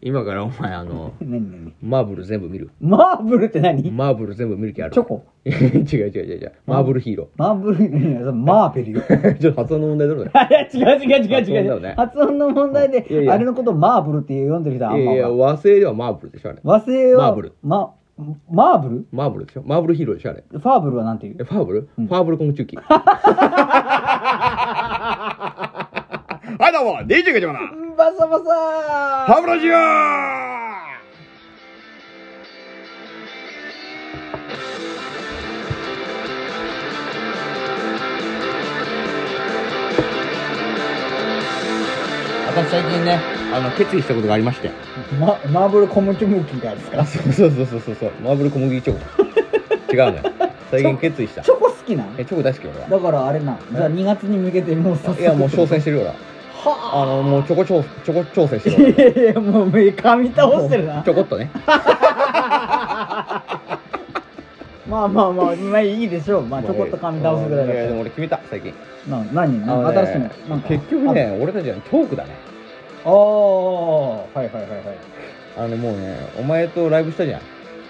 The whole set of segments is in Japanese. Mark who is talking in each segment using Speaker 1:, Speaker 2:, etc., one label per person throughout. Speaker 1: 今からお前あの、
Speaker 2: 何何
Speaker 1: マーブル全部見る。
Speaker 2: マーブルって何
Speaker 1: マーブル全部見る気ある。
Speaker 2: チョコ
Speaker 1: 違う違う違う違う。マーブルヒーロ
Speaker 2: マーブル いやそれマーベルよ。
Speaker 1: ー。 ちょっと発音の問題どうだよ。
Speaker 2: いや違う違う違う違
Speaker 1: 発音だ
Speaker 2: う
Speaker 1: よね
Speaker 2: 発音の問題で、
Speaker 1: いやいや
Speaker 2: あれのことをマーブルって読んでる人はあん
Speaker 1: い
Speaker 2: ま
Speaker 1: やいや、
Speaker 2: わ
Speaker 1: 和製ではマーブルでしょ、あれ。
Speaker 2: 和製は
Speaker 1: マーブル
Speaker 2: まマーブル
Speaker 1: マーブルでしょ。マーブルヒーローでしょ、あれ。
Speaker 2: ファーブルはなんていう
Speaker 1: えファーブル、ファーブル昆虫記。
Speaker 3: はい、どうも、DJ ガチャマナ、
Speaker 2: バサバサー
Speaker 3: ハブラジオ
Speaker 1: 私最近ね、あの、決意したことがありまして。
Speaker 2: ま、マーブルコムチムキがですか
Speaker 1: そうそうそうそうそうそう。マーブル小麦チョ コ。違うのよ。最近決意した
Speaker 2: チ。ョコ好きなん
Speaker 1: え、チョコ大好きよ、俺は。
Speaker 2: だからあれなんじゃあ2月に向けてもう早速
Speaker 1: いや、もう挑戦してるよ、俺は。
Speaker 2: は
Speaker 1: あの、もうチョコ調、チョコ調整して
Speaker 2: あ
Speaker 1: る
Speaker 2: い。やいやもう目噛み倒してるな
Speaker 1: ちょこっとね。
Speaker 2: まあまあまあまあいいでしょうまあちょこっと噛み倒すぐらいだ
Speaker 1: いや、で
Speaker 2: っ
Speaker 1: も俺決めた、最近。
Speaker 2: たらな何
Speaker 1: あ
Speaker 2: 何
Speaker 1: のね
Speaker 2: 新しいのなんか
Speaker 1: 結局ね、俺たちはトークだね。
Speaker 2: ああはいはいはいはい
Speaker 1: あのね、もうね、お前とライブしたじゃん。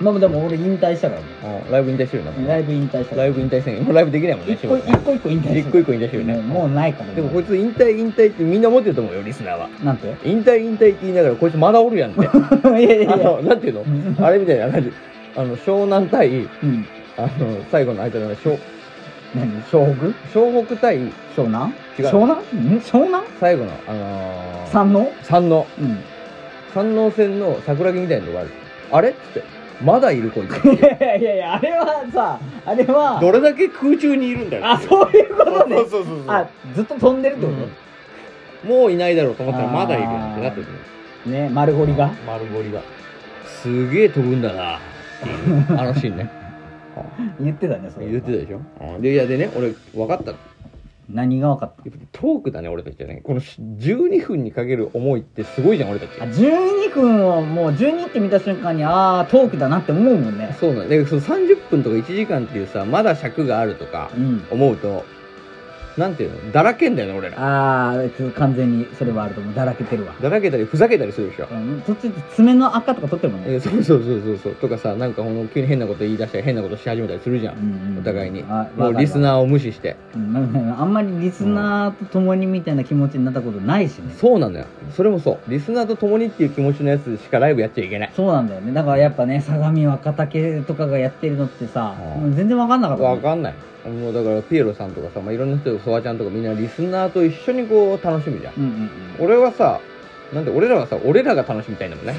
Speaker 2: まあでも俺引退したからね
Speaker 1: あライブ引退してるんだもん
Speaker 2: ラ
Speaker 1: ね。
Speaker 2: イブ引退した
Speaker 1: ライブ引退してる。もうライブできないもんね、
Speaker 2: 一
Speaker 1: 仕
Speaker 2: 個
Speaker 1: 事
Speaker 2: 一
Speaker 1: ね。
Speaker 2: 個一個引退して
Speaker 1: 一個一個引退してるね。
Speaker 2: もうないからね
Speaker 1: でもこいつ引退引退ってみんな思ってると思うよ、リスナーは。
Speaker 2: な んてい
Speaker 1: 引退引退って言いながら、こいつまだおるやんって。あ
Speaker 2: やいやいや
Speaker 1: の、なんていう
Speaker 2: うん
Speaker 1: のあれみたいな感じ。あの、湘南対、
Speaker 2: うん
Speaker 1: あの、最後の間の湘、
Speaker 2: 何湘北
Speaker 1: 湘北対、
Speaker 2: 湘南
Speaker 1: 違う
Speaker 2: 湘南ん湘南
Speaker 1: 最後の、あのー、
Speaker 2: 三能
Speaker 1: 三の。
Speaker 2: うん
Speaker 1: 山王線の桜木みたいなのがあるあれっつってまだいるこ いつ
Speaker 2: いやいやいやあれはさあれは
Speaker 3: どれだけ空中にいるんだよ。
Speaker 2: あそういうことね
Speaker 3: そうそうそうそう。
Speaker 2: あずっと飛んでるってこ
Speaker 1: もういないだろうと思ったらまだいるやんってなってる
Speaker 2: とね丸ゴリが
Speaker 1: 丸ゴリがすげえ飛ぶんだなっていうあのシーンね
Speaker 2: 言ってたねそれ
Speaker 1: 言ってたでしょでいやでね俺分かったの
Speaker 2: 何が分かっ
Speaker 1: やっぱりトークだね俺たちはねこのし12分にかける思いってすごいじゃん俺たち
Speaker 2: たあ12分をもう12って見た瞬間にああトークだなって思うもんね
Speaker 1: そうなんだでその30分とか1時間っていうさまだ尺があるとか
Speaker 2: うん
Speaker 1: 思うとなんていうのだらけんだよね俺ら
Speaker 2: ああ完全にそれはあると思うだらけてるわ
Speaker 1: だらけたりふざけたりするでしょ
Speaker 2: うん途中で爪の赤とか取ってるもんね
Speaker 1: えーそうそうそうそうそうとかさなんかこの急に変なこと言い出したり変なことし始めたりするじゃん、お互いにもうリス
Speaker 2: ー、
Speaker 1: ナーを無視して
Speaker 2: うんあんまりリスナーと共にみたいな気持ちになったことないしね、
Speaker 1: そうなんだよそれもそうリスナーと共にっていう気持ちのやつしかライブやっちゃいけない
Speaker 2: そうなんだよねだからやっぱね相模若竹とかがやってるのってさ、
Speaker 1: うん
Speaker 2: 全然わかんなかったね、
Speaker 1: わかんないもうだからピエロさんとかさ、まあ、いろんな人とソワちゃんとかみんなリスナーと一緒にこう楽しむじゃん
Speaker 2: うんうんうん
Speaker 1: 俺はさなんで俺らはさ俺らが楽しみたいんだもんね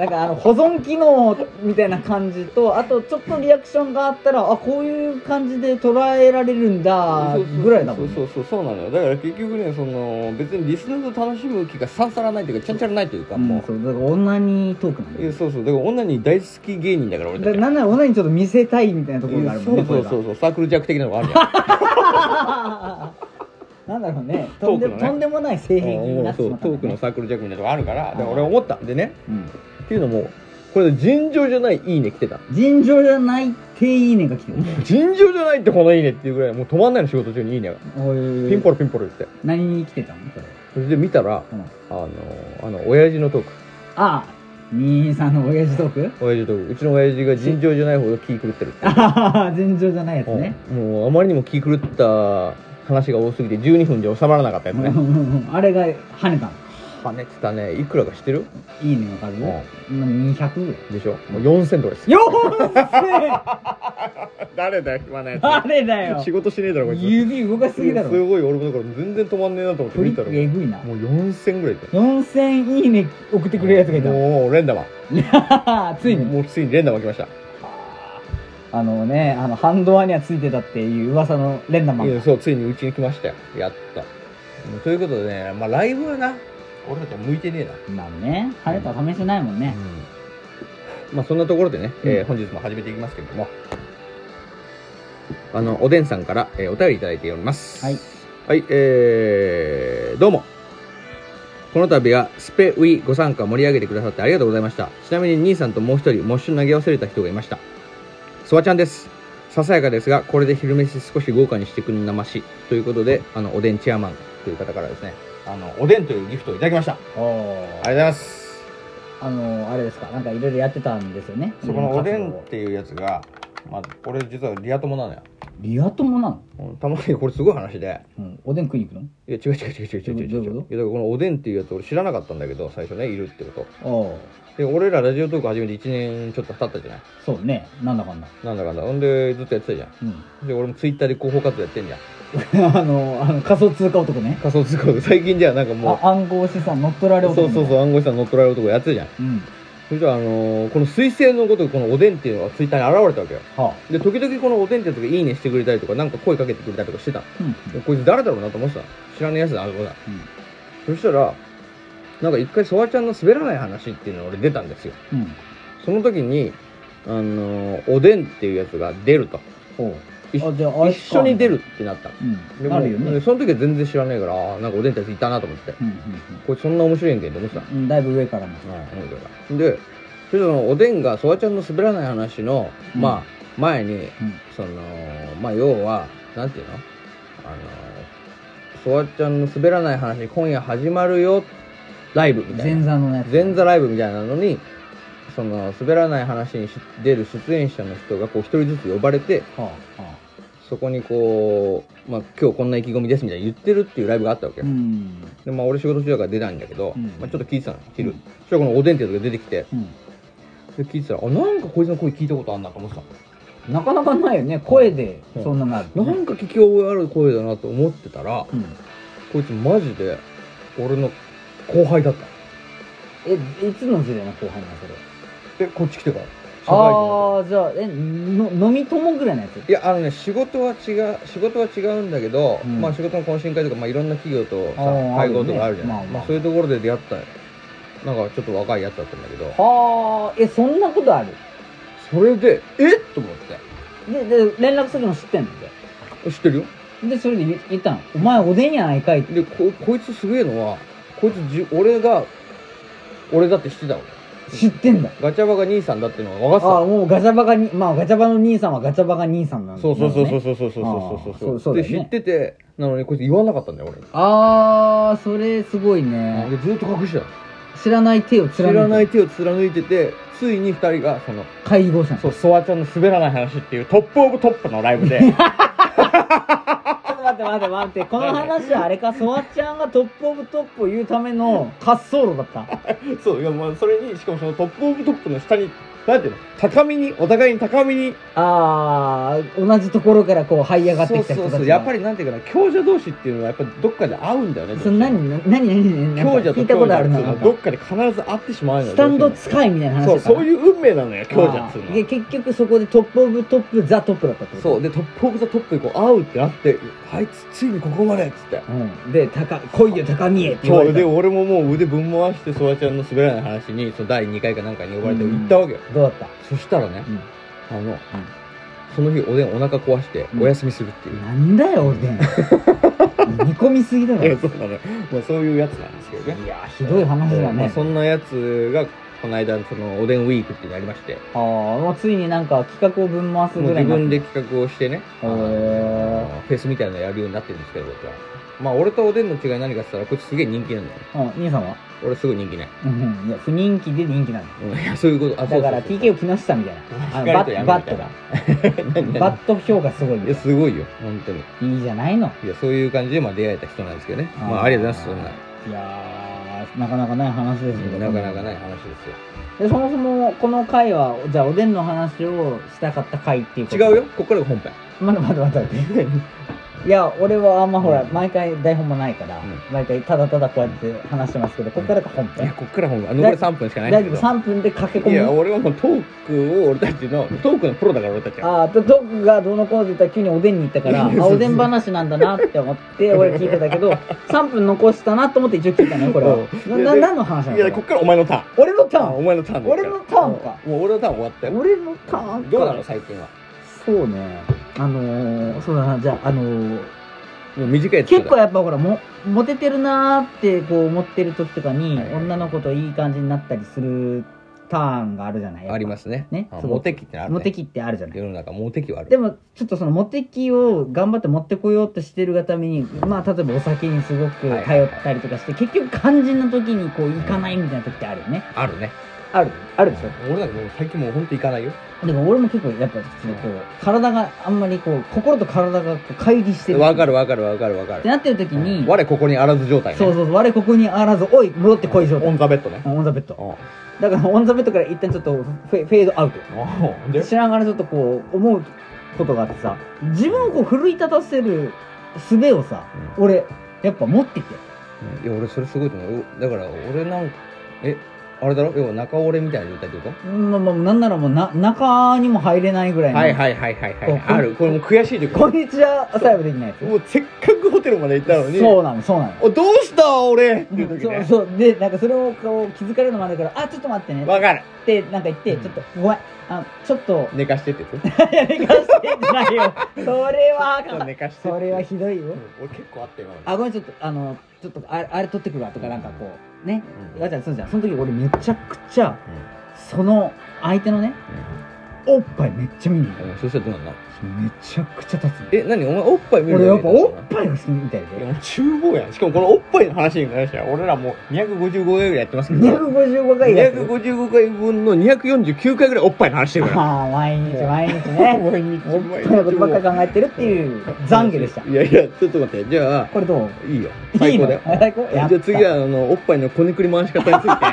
Speaker 2: なんかあの保存機能みたいな感じとあとちょっとリアクションがあったらあこういう感じで捉えられるんだ
Speaker 1: そうそうそう
Speaker 2: ぐらいだもんね
Speaker 1: そうそうそうそうなのよだから結局ねその別にリスナーと楽しむ気がさんさらないというかちゃんちゃらないというか、
Speaker 2: うん
Speaker 1: もう
Speaker 2: そうだから女にトークなんだ
Speaker 1: いや
Speaker 2: よ
Speaker 1: そうそうだから女に大好き芸人だから俺
Speaker 2: だ
Speaker 1: た
Speaker 2: か
Speaker 1: ち
Speaker 2: らなんなら女にちょっと見せたいみたいなところがあるもんね
Speaker 1: そうそうそ
Speaker 2: こ
Speaker 1: うそうサークルジャック的なのがあるじゃん
Speaker 2: れが なんだろうね
Speaker 1: ト
Speaker 2: と
Speaker 1: ー
Speaker 2: んで
Speaker 1: クのね
Speaker 2: とんでもない性癖になっ
Speaker 1: そ
Speaker 2: てし
Speaker 1: う
Speaker 2: まっ
Speaker 1: ト
Speaker 2: た
Speaker 1: ー
Speaker 2: んだ
Speaker 1: ク
Speaker 2: ね
Speaker 1: のサークルジャックみたいなとこあるからだから俺思ったでね
Speaker 2: うん
Speaker 1: っていうのもこれ尋常じゃない「いいね」来てた
Speaker 2: 尋常じゃないっていいねが来てる
Speaker 1: 尋常じゃないってこの「いいね」っていうぐらいもう止まんないの仕事中に「いいね」が
Speaker 2: おいおいおい
Speaker 1: ピンポロピンポロ言って
Speaker 2: 何に来てたのそれ
Speaker 1: それで見たら
Speaker 2: うん
Speaker 1: あのあの親父のトーク
Speaker 2: ああ兄さんの親父トーク
Speaker 1: 親父トークうちの親父が尋常じゃないほど気狂ってるって
Speaker 2: ああ尋常じゃないやつね
Speaker 1: うんもうあまりにも気狂った話が多すぎて12分じゃ収まらなかったやつね
Speaker 2: あれが跳ねたの
Speaker 1: 跳ねてたねいくらかしてる
Speaker 2: いいねの数今200ぐらい
Speaker 1: でしょもう4000とかです
Speaker 2: 4000
Speaker 3: 誰だよ、暇なやつ。
Speaker 2: 誰だよ
Speaker 3: 仕事しねえだろ、こいつ。
Speaker 2: 指動かしすぎだ
Speaker 1: す
Speaker 2: ろ
Speaker 1: ごい俺もだから全然止まんねえなと思って
Speaker 2: フリ
Speaker 1: 見
Speaker 2: ッ
Speaker 1: たら
Speaker 2: プえぐいな
Speaker 1: もう4000ぐらいで
Speaker 2: 4000いいね送ってくれるやつがいた
Speaker 1: もう連打マン
Speaker 2: の ついに
Speaker 1: もうついに連打マン来ました
Speaker 2: あのねあのハンドアにはついてたっていう噂の連打マ
Speaker 1: い
Speaker 2: ン
Speaker 1: やそうついにうちに来ましたよやったうんということでねまあライブはな俺たちは向いてねえな
Speaker 2: まあね跳ねたら試しないもんね
Speaker 1: まあそんなところでね、えー
Speaker 2: うん
Speaker 1: 本日も始めていきますけれどもあのおでんさんから、えーお便りいただいております
Speaker 2: はい
Speaker 1: はいえー、どうもこの度はスペウィご参加盛り上げてくださってありがとうございましたちなみに兄さんともう一人モッシュ投げ忘れた人がいましたそわちゃんですささやかですがこれで昼飯少し豪華にしてくんなましということであのおでんチェアマンという方からですねああのおでんというギフトをいただきましたあり
Speaker 2: おー
Speaker 1: がとうございます
Speaker 2: あのあれですかなんかいろいろやってたんですよね
Speaker 1: そこのおで
Speaker 2: いろ
Speaker 1: ん
Speaker 2: いろ
Speaker 1: っ
Speaker 2: 活動
Speaker 1: ていうやつが、まあ、これ実はリア友なのよ
Speaker 2: リア友なの、
Speaker 1: うんたまにこれすごい話で
Speaker 2: うん、おでん食いに行く
Speaker 1: いや違う違う違う違う違う違う違う
Speaker 2: どういうこ
Speaker 1: いやだからこのおでんっていうやつ俺知らなかったんだけど最初ねいるってこと
Speaker 2: のああ
Speaker 1: で俺らラジオトーク始めて1年ちょっと経ったじゃない
Speaker 2: そうねなんだかんだ
Speaker 1: なんだかんだほんでずっとやってたじゃ
Speaker 2: うん
Speaker 1: んで俺もツイッターで広報活動やってんじゃん
Speaker 2: あのあの仮想通貨男ね
Speaker 1: 仮想通貨で最近じゃなんかも
Speaker 2: あ暗号資産乗っ取ら
Speaker 1: う
Speaker 2: れ
Speaker 1: そうそうそう
Speaker 2: う
Speaker 1: 暗号資産乗っ取られる男やってたじゃん
Speaker 2: うん
Speaker 1: そしたらあのーこの彗星のごとくこのおでんっていうのがツイッターに現れたわけよ
Speaker 2: はあ
Speaker 1: で時々このおでんってやつが「いいね」してくれたりとかなんか声かけてくれたりとかしてたの
Speaker 2: うん
Speaker 1: でこいつ誰だろうなと思ってたの知らねえやつだあの子だそしたらなんか一回ソワちゃんの滑らない話っていうのが俺出たんですよ
Speaker 2: うんうん
Speaker 1: その時にあのーおでんっていうやつが出ると
Speaker 2: おう
Speaker 1: 一
Speaker 2: あじゃああれ
Speaker 1: 一緒に出るってなったの
Speaker 2: う
Speaker 1: で
Speaker 2: ん
Speaker 1: も
Speaker 2: あるよ
Speaker 1: で
Speaker 2: ね
Speaker 1: その時は全然知らねえからあーなんかおでんってやついたなと思って
Speaker 2: うんうん
Speaker 1: こいつそんな面白いんけんと思ってたの
Speaker 2: うんうんだいぶ上からの
Speaker 1: うんでそれでそのおでんがソワちゃんの滑らない話の、
Speaker 2: うん
Speaker 1: まあ前に、
Speaker 2: ん
Speaker 1: そのまあ要はなんていうのあのソワちゃんの滑らない話今夜始まるよライブみたい
Speaker 2: 前
Speaker 1: な
Speaker 2: 座のやつ
Speaker 1: 前座ライブみたいなのにその滑らない話に出る出演者の人がこう一人ずつ呼ばれて
Speaker 2: はあはあ
Speaker 1: そこにこう、まあ、今日こんな意気込みですみたいな言ってるっていうライブがあったわけよ、
Speaker 2: うん
Speaker 1: でまあ、俺仕事中だから出ないんだけど、
Speaker 2: うん
Speaker 1: まあ、ちょっと聞いてたの昼、
Speaker 2: う
Speaker 1: そ
Speaker 2: ん
Speaker 1: したらこのおでんっていうのが出てきて
Speaker 2: うん
Speaker 1: で聞いてたらあなんかこいつの声聞いたことあんなと思って
Speaker 2: なかなかないよね声で
Speaker 1: うん
Speaker 2: そんなのある
Speaker 1: たのなんか聞き覚えある声だなと思ってたら
Speaker 2: うん
Speaker 1: こいつマジで俺の後輩だった
Speaker 2: えいつの時代の後輩なのそれ
Speaker 1: でこっち来てから社会人になっ
Speaker 2: ああじゃあえの飲み友ぐらいのやつ
Speaker 1: ていやあのね仕事は違う仕事は違うんだけど、
Speaker 2: うん
Speaker 1: まあ仕事の懇親会とか、まあ、いろんな企業とさ
Speaker 2: あー
Speaker 1: 会合とかあるじゃない
Speaker 2: あるねまあまあ
Speaker 1: まあ、そういうところで出会ったなんかちょっと若いやつだったんだけど
Speaker 2: はあえそんなことある
Speaker 1: それでえっと思っ
Speaker 2: でで連絡先も知ってんの
Speaker 1: て知ってるよ
Speaker 2: でそれで言言ったの「お前おでんやないかい」って
Speaker 1: でここいつすげえのはこいつじ俺が俺だって知ってたわ
Speaker 2: 知ってんだ
Speaker 1: ガチャバが兄さんだっていうのが分
Speaker 2: ああ
Speaker 1: かって
Speaker 2: もうガチャバがにまあガチャバの兄さんはガチャバが兄さんな
Speaker 1: た
Speaker 2: んだ
Speaker 1: そうそうそうそう
Speaker 2: う
Speaker 1: そうそうそう
Speaker 2: あーそうそうだ
Speaker 1: で知
Speaker 2: よね
Speaker 1: っててなのにこいつ言わなかったんだよ俺
Speaker 2: ああそれすごい
Speaker 1: で
Speaker 2: ね
Speaker 1: ずっと隠してたの
Speaker 2: 知らない手を
Speaker 1: 知
Speaker 2: 貫いて
Speaker 1: らない手を貫いててついに二人がその
Speaker 2: 介護者
Speaker 1: そうソワちゃんの滑らない話っていうトップオブトップのライブで
Speaker 2: ちょっと待って待って待ってこの話はあれかソワちゃんがトップオブトップを言うための滑走路だった
Speaker 1: そういやまあそれにしかもそのトップオブトップの下になんていうの高みにお互いに高みに
Speaker 2: ああ同じところからこう這い上がって
Speaker 1: そう
Speaker 2: きた人
Speaker 1: そ
Speaker 2: た
Speaker 1: う
Speaker 2: ちが
Speaker 1: そうやっぱりなんていうかな強者同士っていうのはやっぱりどっかで合うんだよね
Speaker 2: その何何何何何
Speaker 1: 強者
Speaker 2: 聞
Speaker 1: と
Speaker 2: いた
Speaker 1: 強
Speaker 2: こと
Speaker 1: 者
Speaker 2: あ
Speaker 1: っていう
Speaker 2: るな
Speaker 1: の
Speaker 2: な
Speaker 1: は
Speaker 2: んか
Speaker 1: どっかで必ず会ってしまうのよ
Speaker 2: スタンド
Speaker 1: どうして
Speaker 2: 使いみたいな
Speaker 1: も
Speaker 2: 話だ
Speaker 1: そう
Speaker 2: った
Speaker 1: そういう運命なのよ強者っつうの
Speaker 2: で
Speaker 1: は
Speaker 2: 結局そこでトップオブトップザトップだったってこと
Speaker 1: そうでトップオブザトップでこう会うってなってあいつついにここまでっつって
Speaker 2: うん、で高来いよ高見えって言
Speaker 1: そ
Speaker 2: われ
Speaker 1: う
Speaker 2: た
Speaker 1: で俺ももう腕ぶん回してそワちゃんの滑らない話にその第2回かなんかに呼ばれて
Speaker 2: うん
Speaker 1: 行ったわけよ、
Speaker 2: どうだった、
Speaker 1: そしたらねあの、その日おでんお腹壊して
Speaker 2: うん
Speaker 1: お休みするっていう、
Speaker 2: なんだ よおでん煮込みすぎだろ
Speaker 1: いや そうなのよ、まあ、そういうやつなんですけどね
Speaker 2: いやひどい話だ
Speaker 1: まあ、
Speaker 2: ね、
Speaker 1: そんなやつがこの間そのおでんウィークっていうのやりまして
Speaker 2: あー、もうついになんか企画をぶん回す
Speaker 1: もう
Speaker 2: ぐらい
Speaker 1: 自分
Speaker 2: にな
Speaker 1: で企画をしてねあ
Speaker 2: へー
Speaker 1: のフェスみたいなのやるようになってるんですけど僕はまあ俺とおでんの違い何かって言ったらこいつすげえ人気なんだよね
Speaker 2: うん兄さんは、
Speaker 1: 俺すごい人気ない、
Speaker 2: うん、いや不人気で人気なんだ
Speaker 1: うんいやそういうことあ
Speaker 2: だから
Speaker 1: そうそう
Speaker 2: TK を木下みたいなあのバ
Speaker 1: しっかりとや
Speaker 2: ッ
Speaker 1: る
Speaker 2: バットだ
Speaker 1: そう何
Speaker 2: バット評価すごい
Speaker 1: 何いや
Speaker 2: みたい
Speaker 1: すごいよ本当に
Speaker 2: ないいじゃないの
Speaker 1: いやそういう感じでまあ出会えた人なんですけどねまあありがとうございます
Speaker 2: いやーなかなかない話です
Speaker 1: そ
Speaker 2: けど
Speaker 1: んななかなかない話ですよ
Speaker 2: でそもそもこの回はじゃあおでんの話をしたかった回っていうこと
Speaker 1: 違うよここからが本編
Speaker 2: まだまだまだ いや俺はあんまほら、
Speaker 1: うん
Speaker 2: 毎回台本もないから、
Speaker 1: うん
Speaker 2: 毎回ただただこうやって話してますけどここからが本
Speaker 1: いや
Speaker 2: 編、
Speaker 1: ここから本編あ残り3分しかないんだ
Speaker 2: 大
Speaker 1: け
Speaker 2: 丈
Speaker 1: ど
Speaker 2: 夫3分で駆け
Speaker 1: いや
Speaker 2: 込む
Speaker 1: 俺はもうトークを俺たちのトークのプロだから俺たちは
Speaker 2: ああとトークがどうのこうのって言ったら急におでんに行ったから
Speaker 1: いやそう
Speaker 2: あおでん話なんだなって思って俺聞いてたけど3分残したなと思って一応聞いたのよこれは
Speaker 1: うん
Speaker 2: ない
Speaker 1: や
Speaker 2: な
Speaker 1: で
Speaker 2: 何の話ないの
Speaker 1: やこ
Speaker 2: これ
Speaker 1: っからお前のターン
Speaker 2: 俺のター
Speaker 1: お
Speaker 2: ン
Speaker 1: 前のターンだから
Speaker 2: 俺のターンか
Speaker 1: もう俺のターン終わったよ
Speaker 2: 俺のターンか
Speaker 1: どうなの最近は
Speaker 2: そうねあのー、そうだなじゃああのー、
Speaker 1: もう短いやつ
Speaker 2: 結構やっぱほらもモテてるなーってこう思ってる時とかに、
Speaker 1: はいはい
Speaker 2: 女の子といい感じになったりするターンがあるじゃない
Speaker 1: ありますすね。
Speaker 2: ね
Speaker 1: あ
Speaker 2: すごい
Speaker 1: モテ期ってのあるね。
Speaker 2: モテ期ってあるじゃない
Speaker 1: 世の中モテ期はある。
Speaker 2: でもちょっとそのモテ期を頑張って持ってこようとしてるがためにまあ例えばお酒にすごく頼ったりとかして、結局肝心の時にこう行かないみたいな時ってあるよね
Speaker 1: あるね。
Speaker 2: あるあるでしょ
Speaker 1: 俺なんかもう最近もう本当行かないよ。
Speaker 2: でも俺も結構やっぱそのこう体があんまりこう心と体がこう乖離してる
Speaker 1: わかる
Speaker 2: る
Speaker 1: わかるわかるわか
Speaker 2: って
Speaker 1: る。
Speaker 2: なってる時に、
Speaker 1: 我ここにあらず状態ね。
Speaker 2: そうそうそう我ここにあらずおい戻ってこい状
Speaker 1: オ
Speaker 2: 態
Speaker 1: ンザベッドね。
Speaker 2: オンザベッド
Speaker 1: お
Speaker 2: だからオンザベッドから一旦ちょっとフェフェードアウト
Speaker 1: おで
Speaker 2: しながらちょっとこう思うことがあってさ自分をこう奮い立たせる術をさ俺やっぱ持ってて
Speaker 1: いや俺それすごいと思うだから俺なんかえあれだろ要は中折れみたいな状態ってこと
Speaker 2: まあまあなんならもうな中にも入れないぐらいの、
Speaker 1: はいはいはいはいは
Speaker 2: こう
Speaker 1: いあるこれもう悔しい時
Speaker 2: こんにちはさえもできないやつ
Speaker 1: もうせっかくホテルまで行ったのに
Speaker 2: そうなのそうなの
Speaker 1: おどうした俺っていう時
Speaker 2: そう
Speaker 1: ね
Speaker 2: そうでなんかそれをこう気づかれるのもあるから「あちょっと待ってね」
Speaker 1: わかる
Speaker 2: ってなんか言って「ちょっとごめんあちょっと
Speaker 1: 寝かしてって言って
Speaker 2: やりかしてんじゃないよそれはあ
Speaker 1: ちょ
Speaker 2: か
Speaker 1: っと
Speaker 2: ん
Speaker 1: 寝かしてって
Speaker 2: それはひどいよ
Speaker 1: うん俺結構あったよ今
Speaker 2: あごめんちょっとあのちょっとあれあれ取ってくるわとかなんかこうね
Speaker 1: うん
Speaker 2: わちゃんそうじゃんその時俺めちゃくちゃ
Speaker 1: うん
Speaker 2: その相手のねおっぱいめっちゃ見に行く
Speaker 1: うんそしたらどうなんだ
Speaker 2: めちゃくちゃ立つの
Speaker 1: え何お前おっぱい見る
Speaker 2: 俺やっぱおっ
Speaker 1: い
Speaker 2: ぱいが好きみたい
Speaker 1: や
Speaker 2: で
Speaker 1: もう厨房やんしかもこのおっぱいの話に関しては俺らもう255回ぐらいやってますけど
Speaker 2: 255回やる
Speaker 1: 255回分の249回ぐらいおっぱいの話してるから
Speaker 2: ああ毎日毎日 ね
Speaker 1: 毎日
Speaker 2: おっぱいのことばっか考えてるっていう懺悔でした
Speaker 1: いやいやちょっと待ってじゃあ
Speaker 2: これどう
Speaker 1: いいよ
Speaker 2: い
Speaker 1: 最
Speaker 2: い
Speaker 1: 高
Speaker 2: の
Speaker 1: だよ
Speaker 2: 最高
Speaker 1: じゃあ次はあのおっぱいのこねくり回し方につ いて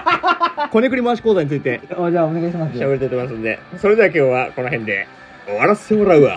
Speaker 1: こねくり回し講座について
Speaker 2: あじゃあお願いします
Speaker 1: 喋りたいと思いますんでそれでは今日はこの辺で終わらせてもらうわ